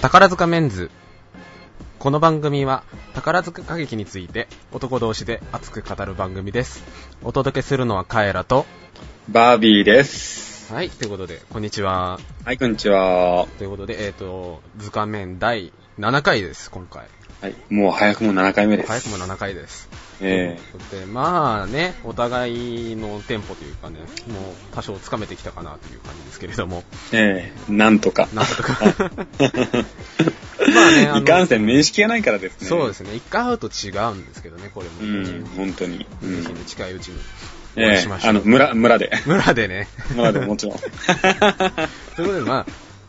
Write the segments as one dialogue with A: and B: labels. A: 宝塚メンズこの番組は宝塚歌劇について男同士で熱く語る番組ですお届けするのはカエラと
B: バービーです。
A: はいということでこんにちは
B: はい、こんにちは。
A: ということでえっ、と図鑑面第7回です今回
B: はい、もう早くも7回目です。
A: 早くも7回です
B: え
A: でまあねお互いのテンポというかねもう多少つかめてきたかなという感じですけれども
B: えええなんと か。
A: なんとか まあねあの
B: いかんせん面識がないからですね。。
A: そうですすね一回会うと違うんですけどねこれも、
B: うん、本当に。う
A: ぜ
B: ん
A: ひね近いうちにお会い
B: ええ
A: しましょ
B: あ
A: う、
B: の、村、村で。
A: 村でね
B: 村で もちろん。
A: ということで、まあ、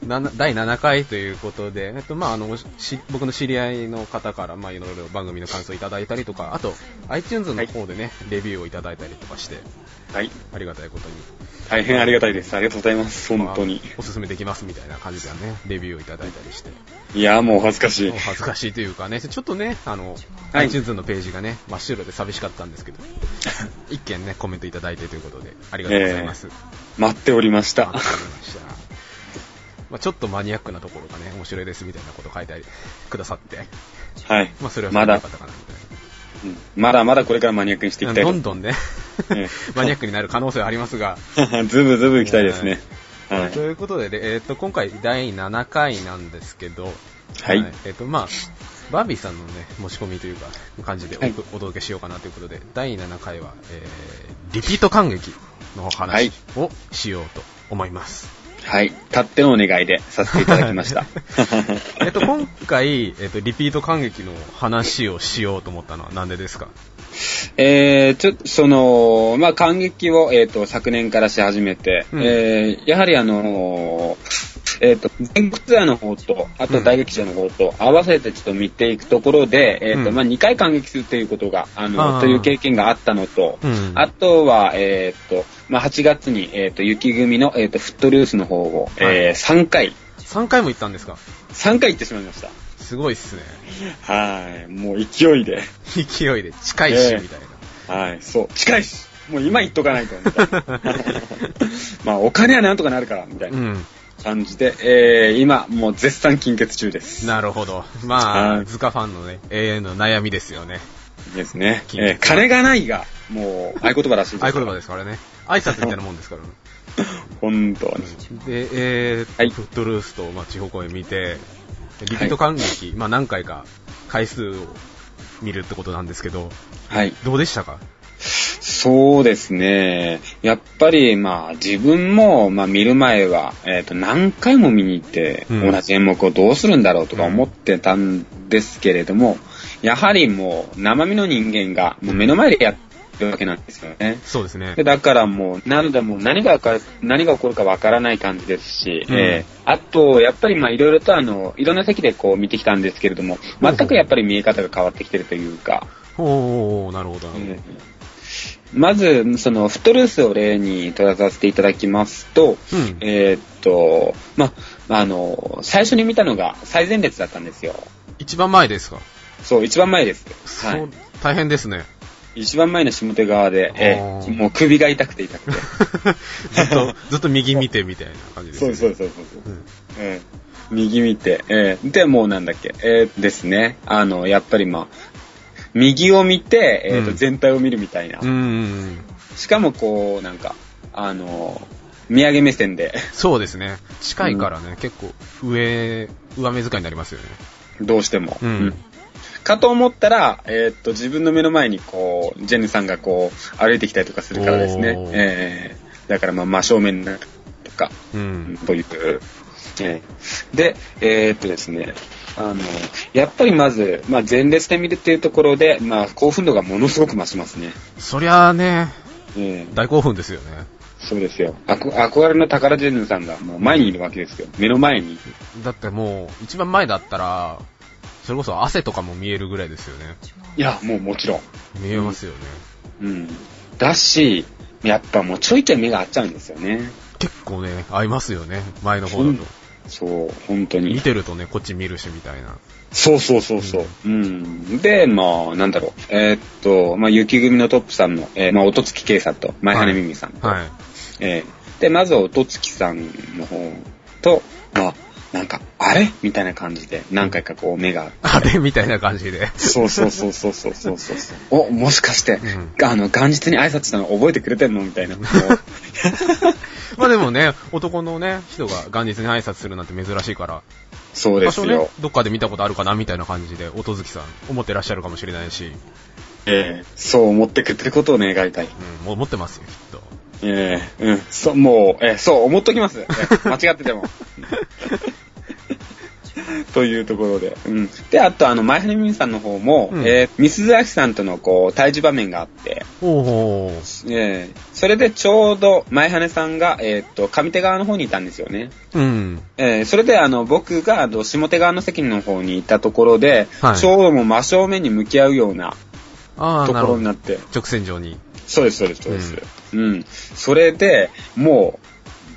A: なな第7回ということで、えっと、まあ、あの、し僕の知り合いの方から、まあ、いろいろ番組の感想をいただいたりとか、あと、iTunes の方でね、レビューをいただいたりとかして、
B: はい、
A: ありがたいことに。
B: 大変ありがたいです。ありがとうございます。本当に
A: まあ。おすすめできますみたいな感じでね、レビューをいただいたりして、
B: いや、もう恥ずかしい
A: お。恥ずかしいというかね、ちょっとね、あの、
B: はい
A: iTunes のページがね、真っ白で寂しかったん ですけど、一件ね、コメントいただいてということで、ありがとうございます。
B: 待っておりました
A: わか。りました。まあ、ちょっとマニアックなところがね、面白いですみたいなこと書いてくださって、
B: はい。
A: まあ、それは
B: まだ
A: 良かったかなみた
B: うんまだまだこれからマニアックにしていき
A: い
B: た
A: な。ど
B: いと
A: んどんね、
B: え
A: マニアックになる可能性はありますが。
B: ずぶずぶ行きたいですね。は
A: ということで、でえっ、と、今回第7回なんですけど、
B: はい
A: えっ、と、まあ、バービーさんのね、持ち込みというか、感じでお,、
B: はい
A: 届けしようかなということで、第7回は、えー、リピート感激のお話をしようと思います。
B: い。はい。たってのお願いでさせていただきました。
A: えっと、今回、えっと、リピート感激の話をしようと思ったのはなんでですか
B: えー、ちょっと、その、まあ、感激を、えっ、と、昨年からし始めて、
A: うん
B: えー、やはりあのーえっ、と、全国ツアーの方と、あと大劇場の方と合わせてちょっと見ていくところで、えっ、と、
A: うん
B: まあ、2回感激するということが、あの、
A: あー
B: という経験があったのと、
A: うん
B: あとは、えっ、と、まあ、8月に、えっ、と、雪組の、えっ、と、フットルースの方を、えー、3回、
A: ?3 回も行ったんですか
B: 3回行ってしまいました。
A: すごいっすね。
B: はい。もう勢いで。
A: 勢いで近いし、
B: ええ
A: みたいな。。
B: はい、そう。近いし、もう今言っとかないと、みたい な。まあ、お金はなんとかなるから、みたいうなん感じで、えー、今、もう絶賛金欠中です。
A: なるほど。ま
B: は
A: あ、
B: い
A: ズカファンのね、永遠の悩みですよね。
B: ですね。
A: 金欠
B: えー、金がないが、もう、合言葉らしいです。
A: 合言葉ですからね。挨拶みたいなもんですから ね。
B: 本当に。
A: で、えーっと
B: はい
A: フットルースと、まあ、地方公演見て、リピート感激、まあ、何回か回数を見るってことなんですけど、
B: はい。
A: どうでしたか
B: そうですね。やっぱり、まあ、自分も、まあ、見る前は、えっ、と、何回も見に行って、
A: うん
B: 同じ演目をどうするんだろうとか思ってたんですけれども、やはりもう、生身の人間が、もう目の前でやってるわけなんですよね。
A: そうですね
B: で。だからもう、なのでもう何がわか何が起こるかわからない感じですし、
A: うん
B: えーあと、やっぱりまあいろいろとあの、いろんな席でこう見てきたんですけれども、全くやっぱり見え方が変わってきてるというか、
A: おー、なるほど、なるほど。
B: まず、その、フットルースを例に取らさせていただきますと、
A: うん
B: えーっと、ま、あの、最初に見たのが最前列だったんですよ。
A: 一番前ですか、
B: そう、一番前です。は
A: そう
B: い。
A: 大変ですね。
B: 一番前の下手側で、え
A: あ
B: ー
A: ー
B: もう首が痛くて痛くて。
A: ずっと、ずっと右見てみたいな感じです、
B: そ
A: ね。
B: うそう
A: う
B: そうそうそう。
A: ん
B: ええ右見て、ええで、もうなんだっけ、ええですね。あの、やっぱりまあ、右を見て、ええと
A: うん
B: 全体を見るみたいな。
A: うーん。
B: しかもこう、なんか、あの、見上げ目線で、
A: そうですね。近いからね、結構、上、上目遣いになりますよね。
B: どうしても。
A: うん
B: かと思ったら、えっと、自分の目の前にこう、ジェネさんがこう、歩いてきたりとかするからですね
A: おー。
B: ええだからまあ、真正面になるとか、
A: うん。
B: という。ええで、えーっとですね、あの、やっぱりまず、まあ、前列で見るっていうところで、まあ、興奮度がものすごく増しますね。
A: そりゃあね、
B: ええ
A: 大興奮ですよね。
B: そうですよ。あこ憧れの宝ジェンヌさんがもう前にいるわけですよ。目の前に。
A: だってもう、一番前だったら、それこそ汗とかも見えるぐらいですよね。
B: いや、もうもちろん。
A: 見えますよね。
B: うん。だし、やっぱもうちょいちょい目が合っちゃうんですよね。
A: 結構ね、合いますよね。前の方だと。
B: そう、本当に
A: 見。てるとね、こっち見るしみたいな。
B: そうそうそうそう。うん。で、まあ、なんだろう。えーっと、まあ、雪組のトップさんの、えーまあ、音月圭さんと、前羽美美さんと、
A: はい。
B: えーで、まずは音月さんの方と、まあ、なんか、あれみたいな感じで、何回かこう目が、
A: あれみたいな感じで。
B: そうそうそうそうそうそ うそうそう。お、もしかして、
A: う
B: あの、元日に挨拶したの覚えてくれてんのみたい な。こう
A: まあでもね、男のね、人が元日に挨拶するなんて珍しいから、
B: そうで
A: 場
B: す
A: 所
B: よ。
A: ね、どっかで見たことあるかなみたいな感じで、音月さん、思ってらっしゃるかもしれないし、
B: ええそう思ってくれてることを願いたい。
A: うん、もう思ってますよ、きっと。
B: ええうん、そう、もう、ええそう思っときます。え え間違ってても。というところで。うん。で、あと、あの、前原美さんの方も、
A: うん
B: ええミスズアキさんとの、こう、対峙場面があって、
A: おー、
B: ええそれでちょうど、前羽さんが、えーっと、上手側の方にいたんですよね。
A: うん。
B: えーそれであの僕があの下手側の席の方にいたところで、
A: はい
B: ちょうどもう真正面に向き合うような
A: あ
B: と
A: あ、
B: こ
A: なる
B: ろ
A: ほ
B: に
A: ど。
B: なって、
A: 直線上に。
B: そうです、そうです、そうです。うん。それで、もう、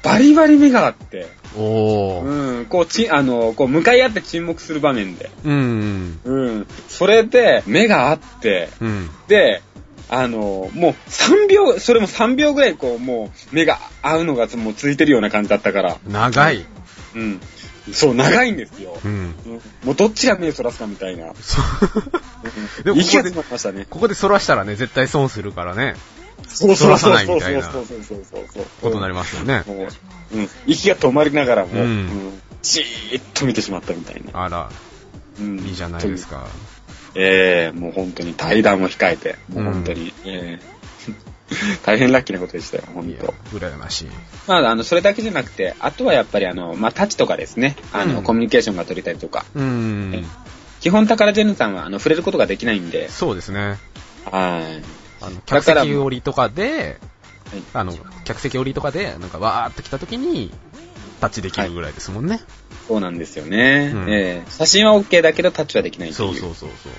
B: バリバリ目があって、
A: おー、
B: うん、こう、ち、あの、こう、向かい合って沈黙する場面で、
A: うん、
B: うん。それで、目があって、
A: うん。
B: で、あの、もう3秒、それも3秒ぐらい、こう、もう、目が合うのがもう続いてるような感じだったから、
A: 長い。
B: うん。そう、長いんですよ。
A: うん。
B: うんもうどっちが目をそらすかみたいな。
A: そう。でもこ
B: 息
A: こ
B: が
A: で
B: 詰、まりましたね。
A: ここで反らしたらね、絶対損するからね、
B: そう
A: そうそうそうそう
B: そうそうそうそうそう。
A: ことになりますよね。
B: もう、うん。息が止まりながらも、
A: う
B: うんん。じーっと見てしまったみたいな。
A: あら、
B: うん
A: いいじゃないです。か。
B: というええもう本当に対談も控えて、もう本当に、ええ 大変ラッキーなことでしたよ、本
A: いや
B: 当。、
A: 羨ましい。
B: まあ、あの、それだけじゃなくて、あとはやっぱりあの、まあ、タッチとかですね、あの、
A: うん
B: コミュニケーションが取りたいとか、
A: うん。
B: 基本タカラジェンヌさんは、あの、触れることができないんで、
A: そうですね。
B: はい。
A: あの、客
B: だから
A: 席降りとかで、
B: はい
A: あの、客席降りとかで、なんかわーっと来た時に、タッチできるぐらいですもんね。
B: そうなんですよね。
A: うん
B: ええ写真は OK だけどタッチはできないっていう。
A: そうそうそうそう。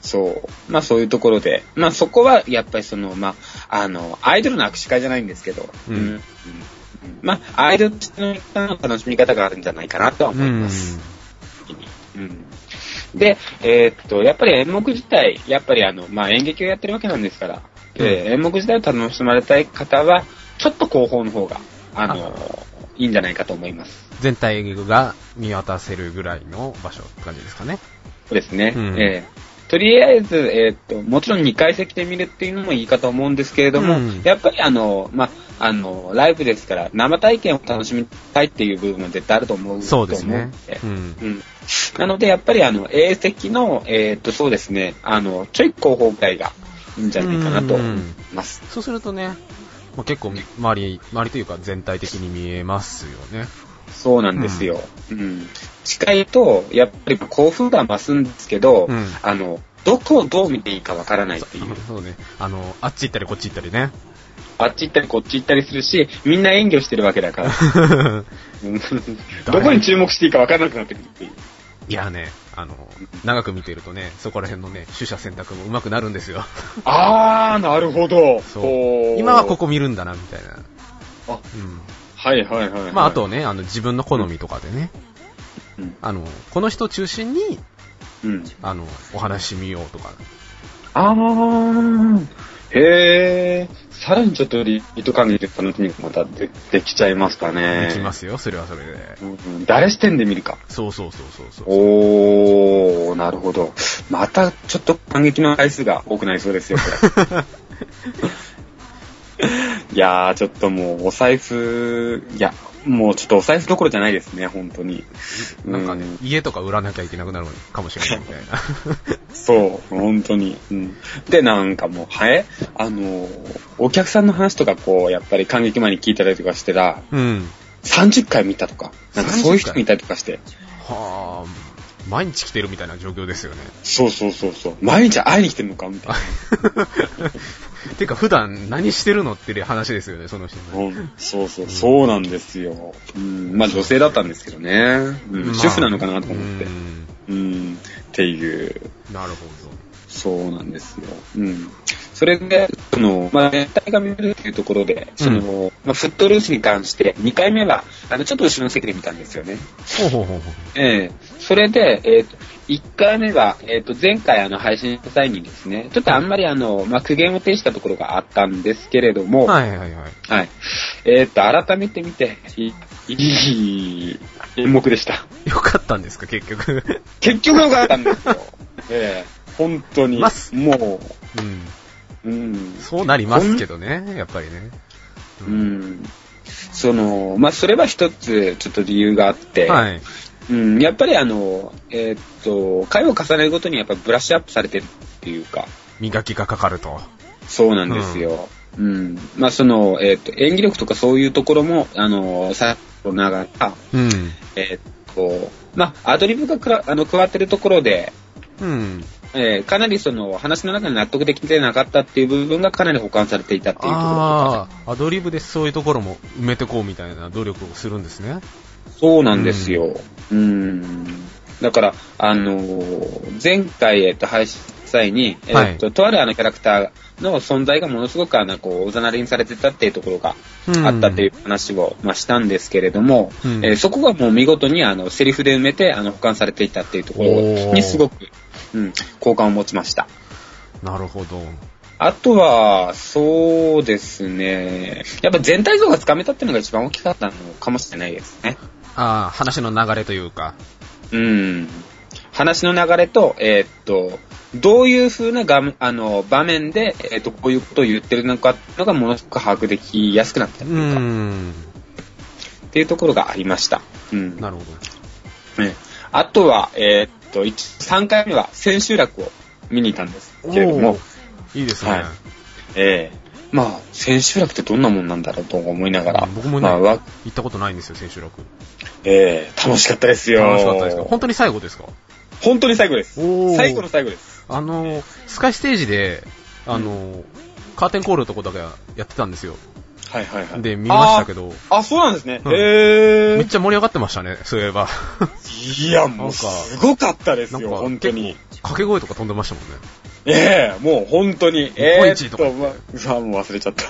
B: そうまあそういうところで。まあそこはやっぱりその、まあ、あの、アイドルの握手会じゃないんですけど、
A: うん
B: うんまあ、アイドルの方の楽しみ方があるんじゃないかなとは思います。うんで、えーっと、やっぱり演目自体、やっぱりあの、まあ演劇をやってるわけなんですから、えー演目自体を楽しまれたい方は、ちょっと後方の方が、あの、いいんじゃないかと思います。
A: 全体が見渡せるぐらいの場所って感じですかね。
B: そうですね。
A: うん
B: えーとりあえず、えーっと、もちろん2階席で見るっていうのもいいかと思うんですけれども、
A: うん
B: やっぱりあの、まあ、あの、ライブですから、生体験を楽しみたいっていう部分は絶対あると思う
A: そうですね
B: と思。
A: う
B: うん
A: ん。
B: でうんなので、やっぱりあの、A 席の、えーっと、そうですね、あの、ちょい後方ぐらいがいいんじゃないかなと
A: うん
B: 思います。
A: そうするとね、まあ、結構、周り、周りというか全体的に見えますよね。
B: そうなんですよ。うん。近いと、やっぱり興奮が増すんですけど、
A: うん
B: あの、どこをどう見ていいかわからないっていう。
A: そうね。あの、あっち行ったりこっち行ったりね。
B: あっち行ったりこっち行ったりするし、みんな演技をしてるわけ だから。 うんどこに注目していいかわからなくなってくるっていう。
A: いやね、あの、長く見てるとね、そこら辺のね、取捨選択も上手くなるんですよ。
B: あー、なるほど。
A: そう。今はこ
B: こ。
A: こ見るんだな、みたいな。
B: あ
A: うん。
B: はいはいはい、はい。
A: まあ、あとね、あの、自分の好みとかでね、
B: うん。
A: あの、この人を中心に、
B: うん。
A: あの、お話見ようとか。
B: あー、へー。さらにちょっとリート関係で楽しみがまたでできちゃいますかね。。
A: できますすよ、それはそれで。
B: うん、誰視点で見るか。
A: そうそうそうそうそう。
B: おー、なるほど。またちょっと感激の回数が多くなりそうですよ、こ れ。いやー、ちょっともう、お財布、いや、もうちょっとお財布どころじゃないですね、本当に。
A: なんかね
B: う、
A: 家とか売らなきゃいけなくなるかもしれないみたい な。
B: そう、本当に。うん、で、なんかもう、はえあのー、お客さんの話とかこう、やっぱり感激前に聞いたりとかしてら、
A: うん。
B: 30回見たとか、なんかそういう人
A: 30回
B: 見たりとかして、
A: はぁ、毎日来てるみたいな状況ですよね。
B: そうそうそうそう、毎日会いに来てんのかみたいな。
A: てか、普段何してるのっていう話ですよね、その人ね。
B: うんそうそう、そうなんですよ。うん、まあ女性だったんですけどね。うん
A: まあ
B: 主婦なのかなと思って
A: う。ん
B: うん、っていう、
A: なるほ
B: そうなんですよ。うん。それで、その、まあ、全体が見れるっていうところで、その、まあ、フットルースに関して、2回目は、あの、ちょっと後ろの席で見たんですよね。
A: ど。ほうほうほうほ
B: ええそれで、えっ、と、1回目は、えっ、と、前回あの、配信した際にですね、ちょっとあんまりあの、まあ、苦言を呈したところがあったんですけれども、
A: う。はいはいはい。
B: はい。えーっと、改めて見て、いいい演目でした。
A: よかったんですか、結 局。
B: 結局よかった んですよ。ええ本当に。
A: まあす
B: も
A: うん。
B: う、うん。
A: そうなりますけどね、やっぱりね。
B: う。ん。その、まあ、それは一つ、ちょっと理由があって、
A: はい。
B: うん、やっぱりあの、えーっと、回を重ねるごとにやっぱブラッシュアップされてるっていうか、
A: 磨きがかかると。
B: そうなんですよ。うん。まあ、その、えーっと、演技力とかそういうところも、あの、さとながら、
A: うん。
B: えーっと、まあ、アドリブがくらあの加わってるところで、
A: うん。
B: えーかなりその話の中に納得できてなかったっていう部分がかなり保管されていたっていうところ
A: ああ、アドリブでそういうところも埋めてこうみたいな努力をするんですね。
B: そうなんですよ。うん。だから、あのー前回、えっと、配信した際に、え
A: はい
B: っと、とあるあのキャラクターの存在がものすごくあの、こう、おざなりにされてたっていうところが
A: うん
B: あったっていう話を、まあ、したんですけれども、
A: うん
B: えーそこがもう見事に、あの、セリフで埋めて、あの、保管されていたっていうところ
A: おー
B: にすごく、うん、好感を持ちました。
A: なるほど。
B: あとは、そうですね。やっぱ全体像がつかめたっていうのが一番大きかったのかもしれないですね。
A: ああ、話の流れというか。
B: うん。話の流れと、えーっと、どういう風ながんあの場面で、えーっと、こういうことを言ってるのかっていうのがものすごく把握できやすくなった
A: う
B: というか、っ
A: ん。
B: ていうところがありました。うん。
A: なるほど。
B: ねあとは、えーっと、3回目は千秋楽を見に行ったんですけれども、
A: いいですね。
B: はいえーまあ、千秋楽ってどんなもんなんだろうと思いながら、
A: うん僕もね、
B: まあ
A: 行
B: わ
A: ったことないんですよ、千秋楽。
B: えー楽しかったですよ。
A: 楽しかったですか本当に最後ですか
B: 本当に最後です
A: おー。
B: 最後の最後です。
A: あの、スカイステージで、あの、カーテンコールのとこだけやってたんですよ。
B: はいはいはい。
A: で、見ましたけど、
B: あ、そうなんですね。
A: うん
B: へ
A: め
B: え
A: っちゃ盛り上がってましたね、そういえば。
B: ー。いや、もう、すごかったです
A: なん
B: よ、
A: か、
B: 本当に。
A: 結構掛け声とか飛んでましたもんね。
B: ええもう本当に。ええ
A: 本
B: ー
A: 一
B: っ
A: とか
B: と、まあ、うわ、もう忘れち ゃった。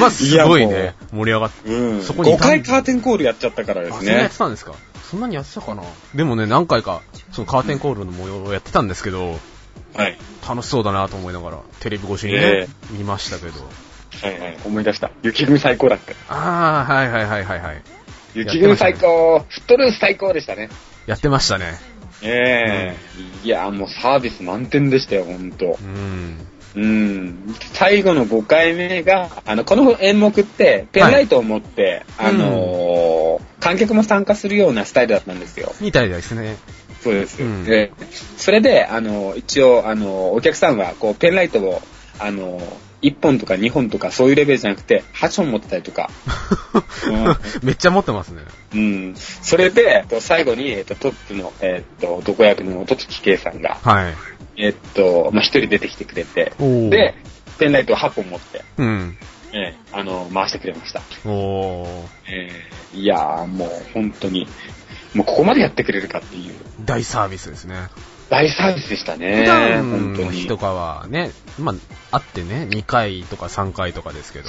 A: まあ、すごい
B: いや
A: ね、盛り上がって。
B: うん。
A: そこにい
B: 5
A: た
B: 回カーテンコールやっちゃったからで
A: あ、そ
B: す
A: んなやっ
B: ね
A: て。たんですかそんなにやってたかなでもね、何回か、そのカーテンコールの模様をやってたんですけど、
B: はい。
A: 楽しそうだなと思いながら、テレビ越しに
B: え
A: ね、見ましたけど。
B: はいはい。思い出した。雪組最高だった。
A: あー、はいはいはいはいはい。
B: 雪組最高。フットルース最高でしたね。
A: やってましたね。
B: ええいや、もうサービス満点でしたよ、本当
A: うん。
B: うん。最後の5回目が、あの、この演目って、ペンライトを持って、
A: はい
B: あのー観客も参加するようなスタイルだったんですよ。
A: みたいですね。
B: そうです。
A: うん
B: で、それで、あのー一応、あのーお客さんは、こう、ペンライトを、あのー1本とか2本とかそういうレベルじゃなくて、8本持ってたりとか、う
A: めっちゃ持ってますね。
B: うん。それで、えっと最後に、えっと、トップの、えっと、男役の音月圭さんが、
A: はい。
B: えっと、まあ、一人出てきてくれて、
A: おー
B: で、ペンライトを8本持って、
A: うん。
B: ええあの、回してくれました。
A: おー、
B: ええいやー、もう本当に、もうここまでやってくれるかっていう、
A: 大サービスですね。
B: 大サービスでしたね
A: 普。段
B: 本当
A: の日
B: に
A: と。かはね、まあ、あってね、2回とか3回とかですけど。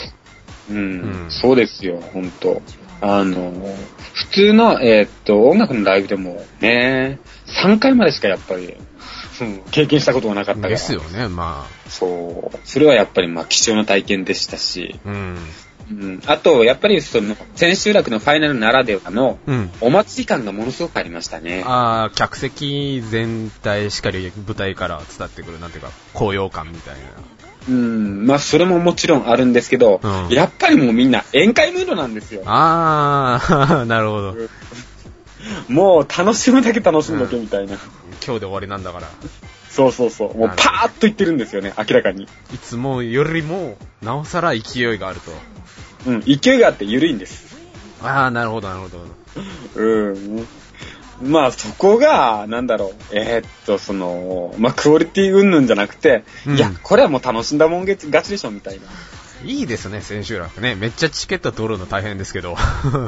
B: うん、
A: うん
B: そうですよ、本当あの、普通の、えーっと、音楽のライブでもね、3回までしかやっぱり、うん経験したことがなかったから。
A: ですよね、ま
B: そう。それはやっぱり、まあ、貴重な体験でしたし、
A: あ。うん。
B: うん。あと、やっぱり、その、千秋楽のファイナルならではの、
A: うん。
B: お祭り感がものすごくありましたね。
A: あー、客席全体しかり舞台から伝ってくる、なんていうか、高揚感みたいな。
B: うん、まあ、それももちろんあるんですけど、
A: うん
B: やっぱりもうみんな宴会ムードなんですよ。
A: あー、 なるほど。
B: もう楽しむだけ楽しむだけみたいな。
A: 今日で終わりなんだから。
B: そうそうそう。も
A: な
B: う
A: るほど
B: パーッといってるんですよね、明らかに。
A: いつもよりも、なおさら勢いがあると。
B: うん、勢いがあって緩いんです。
A: あー、なるほど、なるほど。
B: うん。まあ、そこが、なんだろう。えーっと、その、まあ、クオリティ云々じゃなくて、
A: うん
B: いや、これはもう楽しんだもんげつ勝ちでしょ、みたいな。い
A: いいですね、千秋楽ね。めっちゃチケット取るの大変ですけ ど。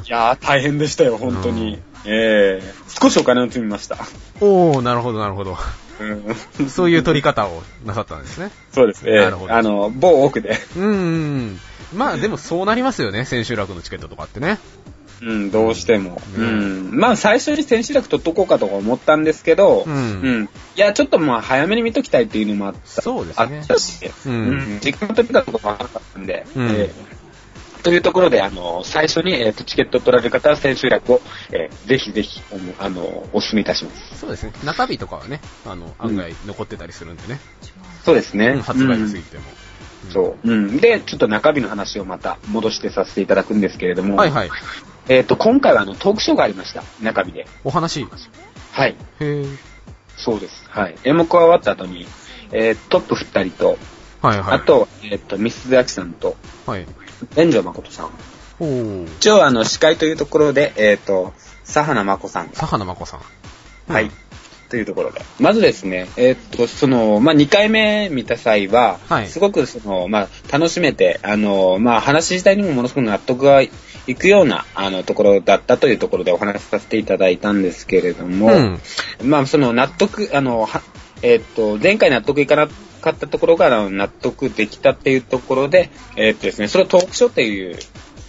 B: やー、大変でしたよ、本当に。ええ少しお金を積みました。
A: おー、なるほど、なるほど。
B: うん。
A: そういう取り方をなさったんですね。
B: そうです。ええ
A: なるほど
B: あの、某奥で。
A: うんうんうん。まあでもそうなりますよね、千秋楽のチケットとかってね。
B: うん、どうしても。
A: う
B: うんん。まあ、最初に千秋楽取っとこうかとか思ったんですけど、
A: う
B: うんん。いや、ちょっとまあ、早めに見ときたいっていうのもあった。
A: そうですね
B: あったし、
A: う
B: うんん。時間の取り方とかもなかったんで、
A: うん
B: えというところで、あの、最初に、えっと、チケットを取られる方は千秋楽を、えーぜひぜひ、おもあの、お勧めいたします。
A: そうですね。中日とかはね、あの、案外残ってたりするんでね。
B: そうですね。
A: うん発売が過
B: う
A: ぎ
B: ん
A: ても。
B: そう。うん。で、ちょっと中日の話をまた戻してさせていただくんですけれども、
A: はいはい。
B: えっと、今回はあの、トークショーがありました。中日で。
A: お話。
B: はい。
A: へえ。
B: そうです。はい。演目が終わった後に、えートップ二人と、
A: はいはい。
B: あ、と、えっ、と、ミスズアキさんと、
A: はい。
B: 炎上誠さん。
A: おー。
B: 一応、あの、司会というところで、えっ、と、佐花真子さんが、
A: 佐花真子さん。うん
B: はい。というところで。まずですね、えっ、と、その、まあ、2回目見た際は、
A: はい
B: すごくその、まあ、楽しめて、あの、まあ、話自体にもものすごく納得がいくような、あの、ところだったというところでお話しさせていただいたんですけれども、
A: うん。
B: まあ、その納得、あの、はえっ、と、前回納得いかなかったところがあの納得できたっていうところで、えっ、とですね、それをトークショーっていう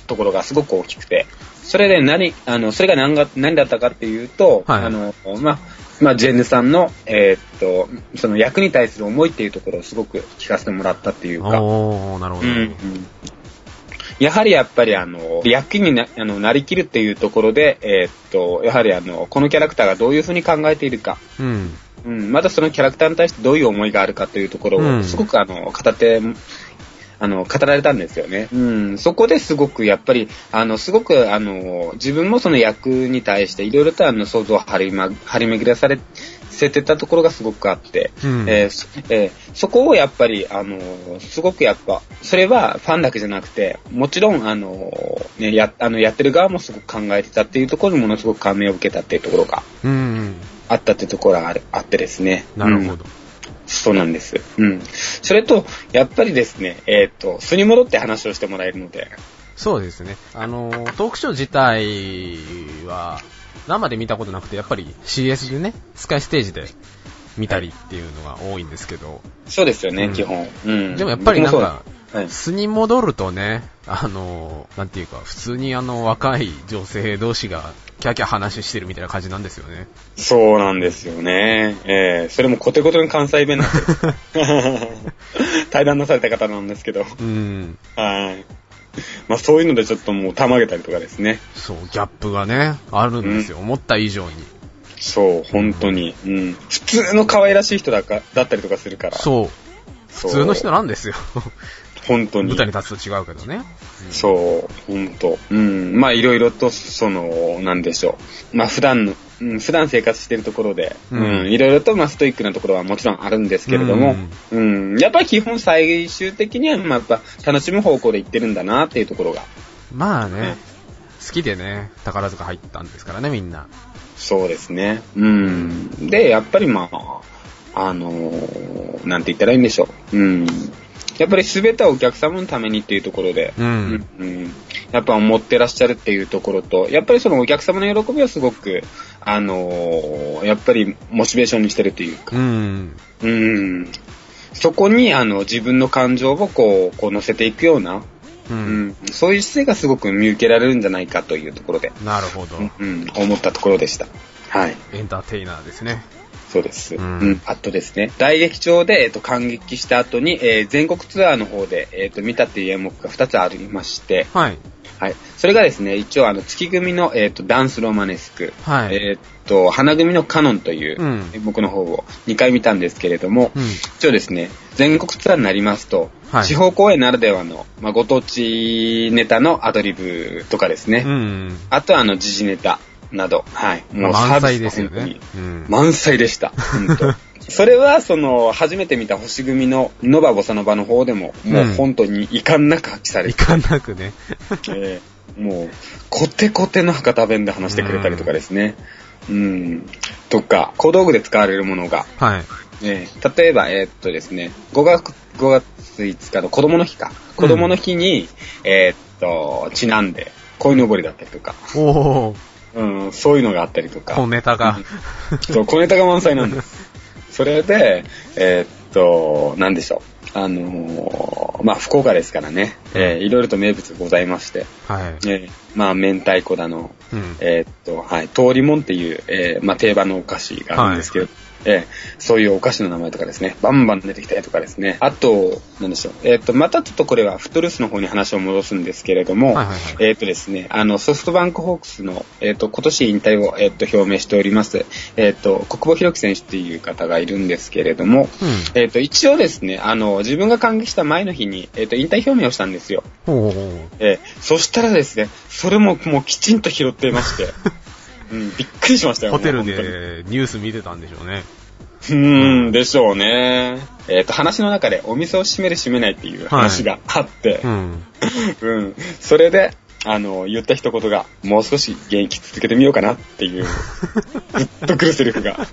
B: ところがすごく大きくて、それで何、あの、それが何が、何だったかっていうと、
A: はい
B: あの、まあ、まあ、ジェンヌさんの、えっ、と、その役に対する思いっていうところをすごく聞かせてもらったっていうか、
A: おー、なるほ
B: う
A: ど。
B: んうんやはりやっぱりあの、役になあのなりきるっていうところで、えーっと、やはりあの、このキャラクターがどういうふうに考えているか、
A: うん。
B: うん、またそのキャラクターに対してどういう思いがあるかというとこ
A: う
B: ろを、
A: ん
B: すごくあの、語って、あの、語られたんですよね。うん、そこですごくやっぱり、あの、すごくあの、自分もその役に対していろいろとあの、想像を張り,、ま、張り巡らされ、せてたところがすごくあって、
A: うん
B: えーそえーそこをやっぱり、あのーすごくやっぱ、それはファンだけじゃなくて、もちろん、あのーね、や、あの、やってる側もすごく考えてたっていうところにものすごく感銘を受けたっていうところが
A: うん。
B: あったっていうところがあるあってですね。
A: なるほ
B: うん
A: ど。
B: そうなんです。うん。それと、やっぱりですね、えっ、と、素に戻って話をしてもらえるので、
A: そうですね。あの、トークショー自体は、生で見たことなくて、やっぱり CS でね、スカイステージで見たりっていうのが多いんですけど、
B: そうですよね、
A: うん
B: 基本。うん。
A: でもやっぱりなんか
B: 僕もそう、はい、
A: 素に戻るとね、あの、なんていうか、普通にあの、若い女性同士が、キャーキャー話してるみたいな感じなんですよね。
B: そうなんですよね。えー、それもコテコテの関西弁なんです。 対談なされた方なんですけど。
A: うん。
B: はい。まあそういうのでちょっともうたまげたりとかですね。
A: そう、ギャップがね、あるんですよ。思った以上に。
B: そう、本当に。うん。普通の可愛らしい人だかだったりとかするから。
A: そう。普
B: そう
A: 通の人なんですよ。
B: 本当に。
A: 舞台に立つと違うけどね。
B: そう、本当。うん。まあいろいろと、その、なんでしょう。まあ普段の、うん、普段生活してるところで、
A: う
B: うんん、いろいろと、まあストイックなところはもちろんあるんですけれども、うん、やっぱり基本最終的には、まあやっぱ楽しむ方向で行ってるんだなっていうところが、
A: まあね、好きでね、宝塚入ったんですからね、みんな。
B: そうですね。うん。で、やっぱりまあ、あのーなんて言ったらいいんでしょう。うん。やっぱり全てはお客様のためにっていうところで、
A: うん。
B: うんやっぱ思ってらっしゃるっていうところと、やっぱりそのお客様の喜びはすごく、あのーやっぱりモチベーションにしてるというか、
A: うん。
B: うん。そこに、あの、自分の感情をこう、こう乗せていくような、
A: う。
B: うんん、そういう姿勢がすごく見受けられるんじゃないかというところで、
A: なるほど。
B: うん、思ったところでした。はい。
A: エンターテイナーですね。
B: そうです。
A: う
B: うんん。あとですね、大劇場で、えっと、感激した後に、えー全国ツアーの方で、えっと、見たっていう演目が2つありまして、
A: はい。
B: はい。それがですね、一応、あの、月組の、えっ、と、ダンスロマネスク、
A: はい
B: えっ、と、花組のカノンという
A: うん
B: 演目の方を2回見たんですけれども、
A: うん。
B: 一応ですね、全国ツアーになりますと、
A: はい
B: 地方公演ならではの、まあ、ご当地ネタのアドリブとかですね、
A: うん。
B: あとは、あの、時事ネタなど、はい。
A: まあ
B: サー
A: 満載
B: ビス
A: ですよ
B: 本当
A: ね
B: に。
A: うん。
B: 満載でした。本当それは、その、初めて見た星組のノバボサノバの方でも、もう本当に遺憾なく発揮され
A: い
B: て
A: かなくね。
B: えーもう、コテコテの博多弁で話してくれたりとかですね。うん。とか、小道具で使われるものが、
A: はい。
B: えー例えば、えーっとですね、5月、5月5日の子供の日か。子供の日に、えーっと、ちなんで、鯉のぼりだったりとか、
A: おー、
B: うん、そういうのがあったりとか。
A: 小ネタが。
B: そう、小ネタが満載なん です。それで、えーっと、なんでしょう。あのーまあ、福岡ですからね、えーいろいろと名物ございまして、
A: はい。
B: えーまあ、明太子だの、
A: うん。
B: えーっと、はい、通りもんっていう、えーまあ、定番のお菓子があるんですけど、ええ、そういうお菓子の名前とかですね、バンバン出てきたりとかですね、あと、なんでしょう、えっ、と、またちょっとこれはフットルースの方に話を戻すんですけれど
A: は
B: も、
A: いはいはい
B: えっ、とですね、あの、ソフトバンクホークスの、えっ、と、今年引退を、えっ、と、表明しております、えっ、と、国保博樹選手っていう方がいるんですけれども、
A: うん
B: えっ、と、一応ですね、あの、自分が感激した前の日に、えっ、と、引退表明をしたんですよ。
A: ほうほうほ
B: えーそしたらですね、それももうきちんと拾っていま して、うん、びっくりしました
A: う
B: よ。
A: ホテル
B: もう本当に
A: でニュース見てたんでしょうね。
B: うーん、でしょうね。えっ、と、話の中でお店を閉める閉めないっていう話があって、
A: うん。
B: うん、それで、あの、言った一言が、もう少し現役続けてみようかなっ ていう、ずっと来るセリフが。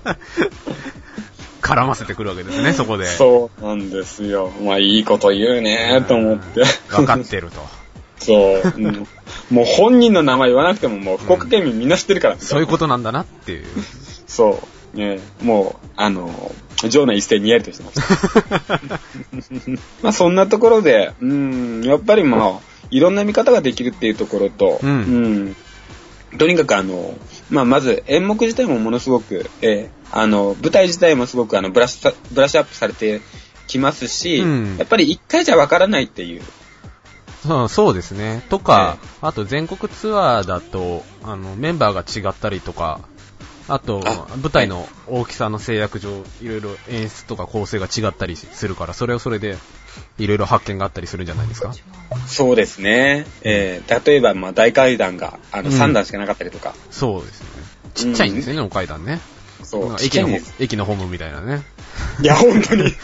A: 絡ませてくるわけですね、そこで。
B: そうなんですよ。まあ、いいこと言うね、と思って。
A: 分かってると。
B: そう、うんもう本人の名前言わなくても、もう福岡県民みんな知ってるから、
A: そういうことなんだなっていう。
B: そう。ね、もう、あの、場内一斉にやりとし てました。まあそんなところで、うん、やっぱりまあ、いろんな見方ができるっていうところと、
A: うん
B: うんとにかくあの、まあまず演目自体もものすごく、えーあの、舞台自体もすごくあの、ブラッシュさ、ブラッシュアップされてきますし、
A: うん
B: やっぱり一回じゃわからないっていう、
A: そうそうですね。とか、あと全国ツアーだと、あの、メンバーが違ったりとか、あと
B: あ、
A: 舞台の大きさの制約上、いろいろ演出とか構成が違ったりするから、それはそれで、いろいろ発見があったりするんじゃないですか。
B: そうですね。えー例えばまあ大階段が、あの、
A: うん
B: 3段しかなかったりとか、
A: そうですね。ちっちゃいんですよね、お階段ね。
B: そう、ちっ
A: 駅
B: ちゃい
A: の
B: ん
A: ホ
B: です、
A: 駅のホームみたいなね。
B: いや、本当に。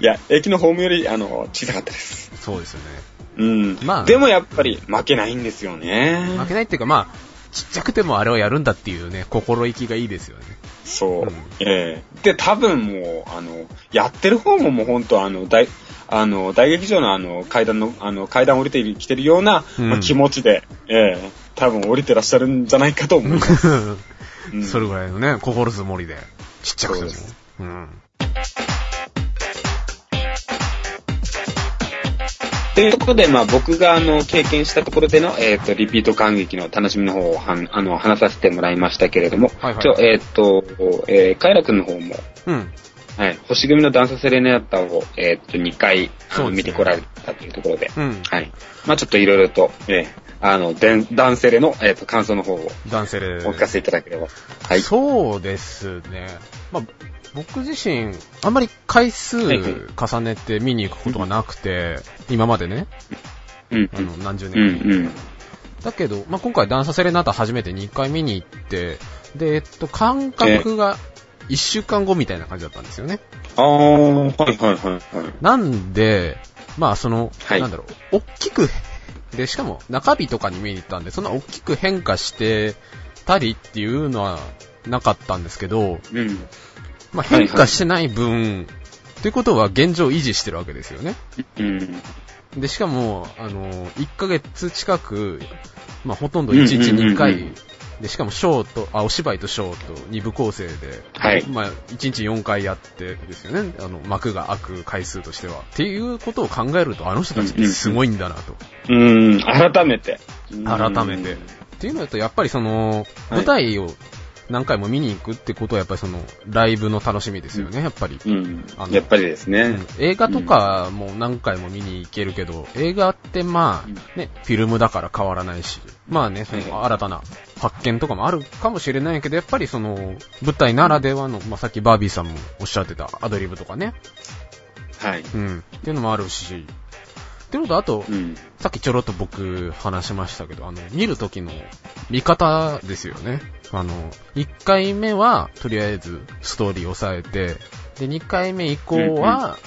B: いや、駅のホームより、あの、小さかったです。
A: そうですよね。
B: うん。
A: まあ
B: でもやっぱり負けないんですよね。
A: 負けないっていうか、まあ、ちっちゃくてもあれをやるんだっていうね、心意気がいいですよね。
B: そう。
A: うん
B: ええで、多分もう、あの、やってる方ももう本当あの、大、あの、大劇場のあの、階段の、あの、階段降りてきてるような、
A: うん
B: まあ気持ちで、ええ多分降りてらっしゃるんじゃないかと思 います。うん
A: それぐらいのね、心づもりで、ちっちゃくても
B: そうで。
A: うん。
B: というところで、まあ、僕があの経験したところでの、えっとリピート感激の楽しみの方をはんあの話させてもらいましたけれども、
A: はいはい
B: ちょえっ、と、えー、カイラ君の方も、
A: うん。
B: はい、星組のダンスセレネアッタを、えっと2回、あ
A: そう
B: の
A: ですね
B: 見てこられたというところで、
A: うん。
B: はいまあ、ちょっといろいろと、えーあのでんダンスセレの、えっと感想の方を
A: 男性で
B: お聞かせいただければ。はい、
A: そうですね。まあ、僕自身、あんまり回数
B: はいは
A: 重ねて見に行くことがなくて、今までね、
B: うん
A: あの、何十
B: うん、う
A: 年か。
B: ん、
A: だけど、まあ、今回ダンサセレナータ初めて2回見に行って、で、えっと、感覚が1週間後みたいな感じだったんですよね。
B: ああ、はいはいはいはい。
A: なんで、まあその、
B: はい
A: なんだろう、大きく、で、しかも中日とかに見に行ったんで、そんな大きく変化してたりっていうのはなかったんですけど、
B: うん、
A: まあ
B: はいは
A: 変
B: い
A: 化してない分、ということは現状維持してるわけですよね。
B: うん、
A: で、しかも、あの、1ヶ月近く、まあほとんど1日2
B: うんうんうん
A: 回、で、しかもショーと、あ、お芝居とショーと2部構成で、
B: はい
A: まあ1日4回やってですよね、あの、幕が開く回数としては。っていうことを考えると、あの人たちってすごいんだなと。
B: うん、改めて。
A: 改めて。っていうのだと、やっぱりその、
B: はい
A: 舞台を何回も見に行くってことは、やっぱりその、ライブの楽しみですよね、やっぱり。
B: うん
A: あ。の
B: やっぱりですね。
A: 映画とかも何回も見に行けるけど、映画ってま
B: うん
A: あ、ね、フィルムだから変わらないし、まあね、そ
B: はい
A: の新たな発見とかもあるかもしれないけど、やっぱりその、舞台ならではの、まあさっきバービーさんもおっしゃってたアドリブとかね、
B: はい。
A: うん、っていうのもあるし、っていうのと、あと
B: う、ん。
A: さっきちょろっと僕話しましたけど、あの、見るときの見方ですよね。あの、1回目は、とりあえずストーリー押さえて、で、2回目以降は、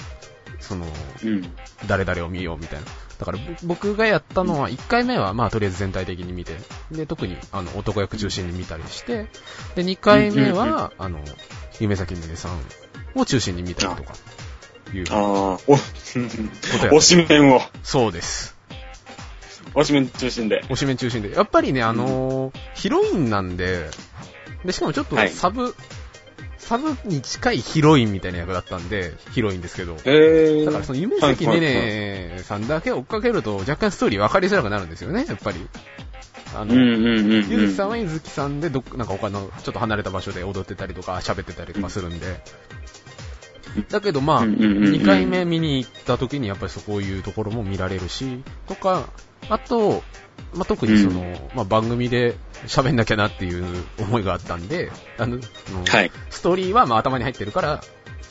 A: その、
B: うん。
A: 誰々を見ようみたいな。だからぼ僕がやったのは、1回目はまあとりあえず全体的に見て、で、特にあの男役中心に見たりして、で、2回目
B: うんうん
A: は、あの、夢咲みねさんを中心に見たりとか、いう。
B: ああ、お、
A: や
B: おしめんを、
A: そうです。
B: おしめん中心で。
A: おしめ中心で。やっぱりね、あのーヒロインなんで、で、しかもちょっと
B: はい
A: サブ、サブに近いヒロインみたいな役だったんで、ヒロインですけど。
B: えー。
A: だからその夢咲ね
B: はいはいはい
A: ねさんだけ追っかけると若干ストーリー分かりづらくなるんですよね、やっぱり。あ
B: うん
A: の、
B: うんうん。
A: ゆずきさんはゆずきさんでどっ、なんか他のちょっと離れた場所で踊ってたりとか、喋ってたりとかするんで。だけどまあ、
B: うんうんうんうん
A: 2回目見に行った時にやっぱりそういうところも見られるし、とか、あと、まあ、特にその、
B: う
A: まあ、番組で喋んなきゃなっていう思いがあったんで、あの、その
B: はい。
A: ストーリーはまあ頭に入ってるから、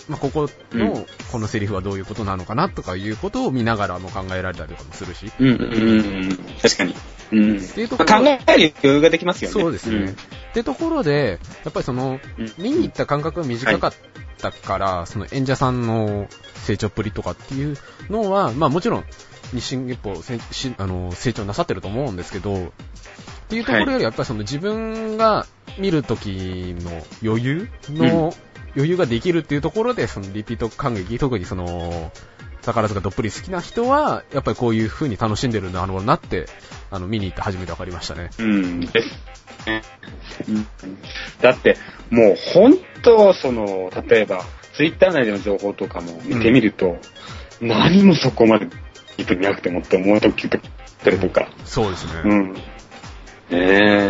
A: まあ、ここ
B: う
A: の、このセリフはどういうことなのかなとかいうことを見ながらも考えられたりとかもするし、
B: うんうんうんうん。確かに。うん。
A: ていうとこ
B: ま
A: ろ
B: あ考える余裕ができますよね。
A: そうですね。
B: ん
A: ってところで、やっぱりその、
B: うん
A: 見に行った間隔が短かったから、その演者さんの成長っぷりとかっていうのは、まあもちろん、日進月歩せしあの、成長なさってると思うんですけど、っていうところよりやっぱりその自分が見るときの余裕の、余裕ができるっていうところで、そのリピート感激、特にその、宝塚どっぷり好きな人は、やっぱりこういう風に楽しんでるんだろうなって、あの、見に行って初めて分かりましたね。
B: うんですね。うんだって、もう本当、その、例えば、ツイッター内での情報とかも見てみると、何もそこまで聞いてみなくてもって思うときとったりとか、
A: そうですね。
B: うん。ね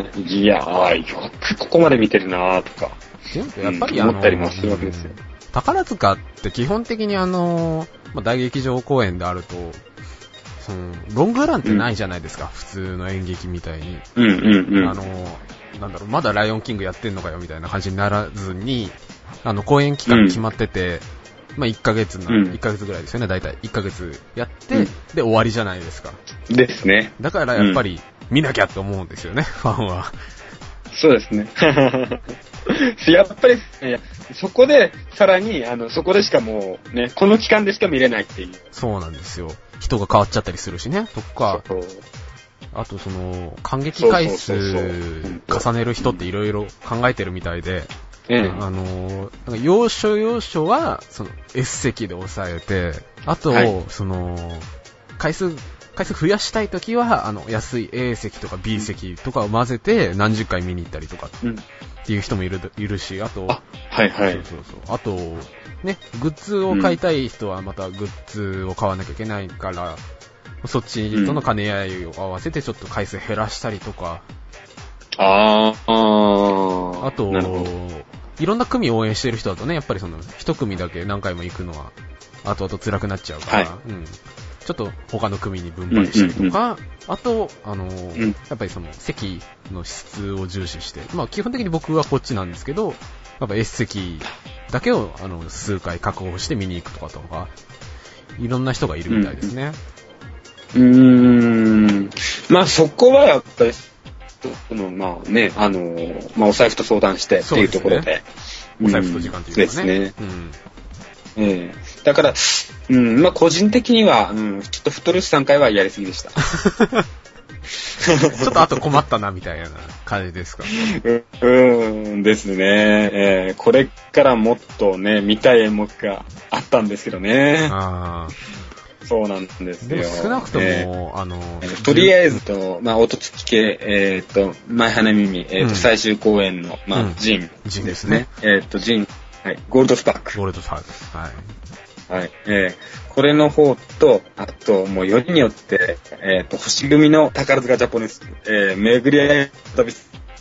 B: え、いやー、よくここまで見てるなーとか、
A: やっぱり
B: う
A: あ
B: ん
A: の、
B: 思ったりもするわけですよ
A: 宝塚って基本的にあの、まあ、大劇場公演であると、その、ロングランってないじゃないですか、普通の演劇みたいに。
B: うんうんうん。
A: あの、なんだろう、まだライオンキングやってんのかよみたいな感じにならずに、あの、公演期間決まってて、まあ、1ヶ月の、
B: うん
A: 1ヶ月ぐらいですよね、だいたい1ヶ月やって、
B: うん
A: で、終わりじゃないですか。
B: ですね。
A: だからやっぱり、見なきゃって思うんですよね、ファンは。
B: そうですね。 やっぱり、ね、そこで、さらに、あの、そこでしかもう、ね、この期間でしか見れないっていう。
A: そうなんですよ。人が変わっちゃったりするしね、とか、
B: そう
A: あとその、感激回数
B: そうそうそうそう
A: 重ねる人っていろいろ考えてるみたいで、
B: うん
A: ねあのー、なんか要所要所は、その、S 席で抑えて、あと、
B: はい
A: その、回数、回数増やしたいときは、あの、安い A 席とか B 席とかを混ぜて何十回見に行ったりとか
B: うん。
A: っていう人もいる、いるし、あと、
B: あ、はいは
A: そ。
B: いう
A: そうそう。あと、ね、グッズを買いたい人はまたグッズを買わなきゃいけないから、そっちとの兼ね合いを合わせてちょっと回数減らしたりとか、
B: あーあー。
A: あと
B: なるほど。、
A: いろんな組を応援してる人だとね、やっぱりその、一組だけ何回も行くのは、後々辛くなっちゃうから、
B: は
A: うん。ちょっと他の組に分配したりとか、あと、あの、
B: ん
A: やっぱりその、席の質を重視して、まあ基本的に僕はこっちなんですけど、やっぱ S 席だけを、あの、数回確保して見に行くとかとか、いろんな人がいるみたいですね。
B: うーん。まあそこはやっぱり、そのまあね、あのー、まあお財布と相談してっていうところで。
A: お財布と時間というかね。
B: うんですね。
A: うん。
B: ええだから、うん、まあ個人的には、うん、ちょっと太る3回はやりすぎ でした。
A: ちょっとあと困ったな、みたいな感じですか。
B: うーんですね。えーこれからもっとね、見たい演目があったんですけどね。
A: あー
B: そうなんです
A: で
B: よ。
A: も少なくとも、
B: えー
A: あの
B: えー、とりあえずと、まあ、音付き系、えっ、と、前花耳、えっ、
A: う
B: と、
A: ん
B: 最終公演の、まあ、
A: うん
B: ジン。
A: ジンですね。
B: えっ、と、ジン。はい。ゴールドスパーク。
A: ゴールドファーク。はい。
B: はい。えーこれの方と、あと、もうよりによって、えっ、と、星組の宝塚ジャポネス、えー、巡り合い旅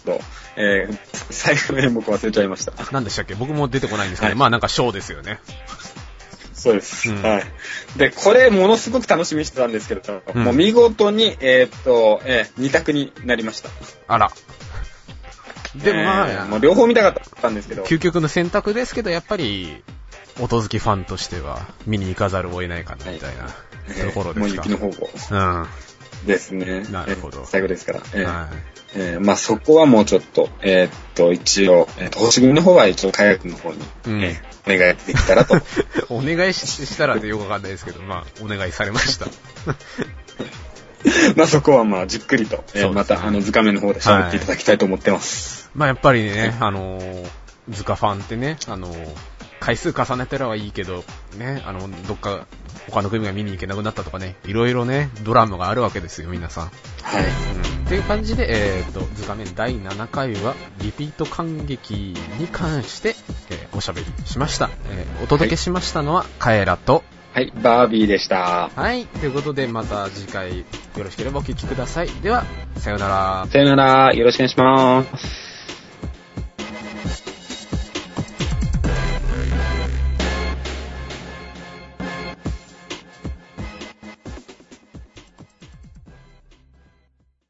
B: と、えー最後の演目忘れちゃい ました。
A: 何でしたっけ僕も出てこないんですけど、
B: はい
A: まあなんかショーですよね。
B: そうです、
A: うん
B: はい。で、これ、ものすごく楽しみにしてたんですけど、
A: うん
B: もう見事に、えーっと、えー、二択になりました。
A: あら。でもまあ、
B: えーもう両方見たかったんですけど、
A: 究極の選択ですけど、やっぱり、音好きファンとしては、見に行かざるを得ないかな、みたいな
B: えー
A: ところで
B: もう
A: すか。
B: 雪の方向
A: うん。
B: ですね。
A: なるほど
B: えー最後ですから。えー
A: は
B: えーまあそこはもうちょっと、えーっと、一応、えーっと、星組の方は一応、海学の方に、
A: うん
B: えーお願いでき たらと。
A: い。お願いししたらってよくわかんないですけど、まあ、お願いされました。
B: まあそこはまあ、じっくりと、えー
A: そうですね
B: また、あの、図画面の方で喋っていただきたいと思ってます。
A: まあやっぱりね、あのー、ズカファンってね、あのー、回数重ねてらはいいけど、ね、あの、どっか、他の組が見に行けなくなったとかね、いろいろね、ドラマがあるわけですよ、皆さん。
B: はい。
A: うん。っていう感じで、えー、と、図画面第7回は、リピート感激に関して、えーおしゃべりしました。えーお届けしましたのは、カエラと、
B: はい、バービーでした。
A: はい、ということでまた次回よろしければお聞きください。では、さようなら。
B: さよなら、よろしくお願いします。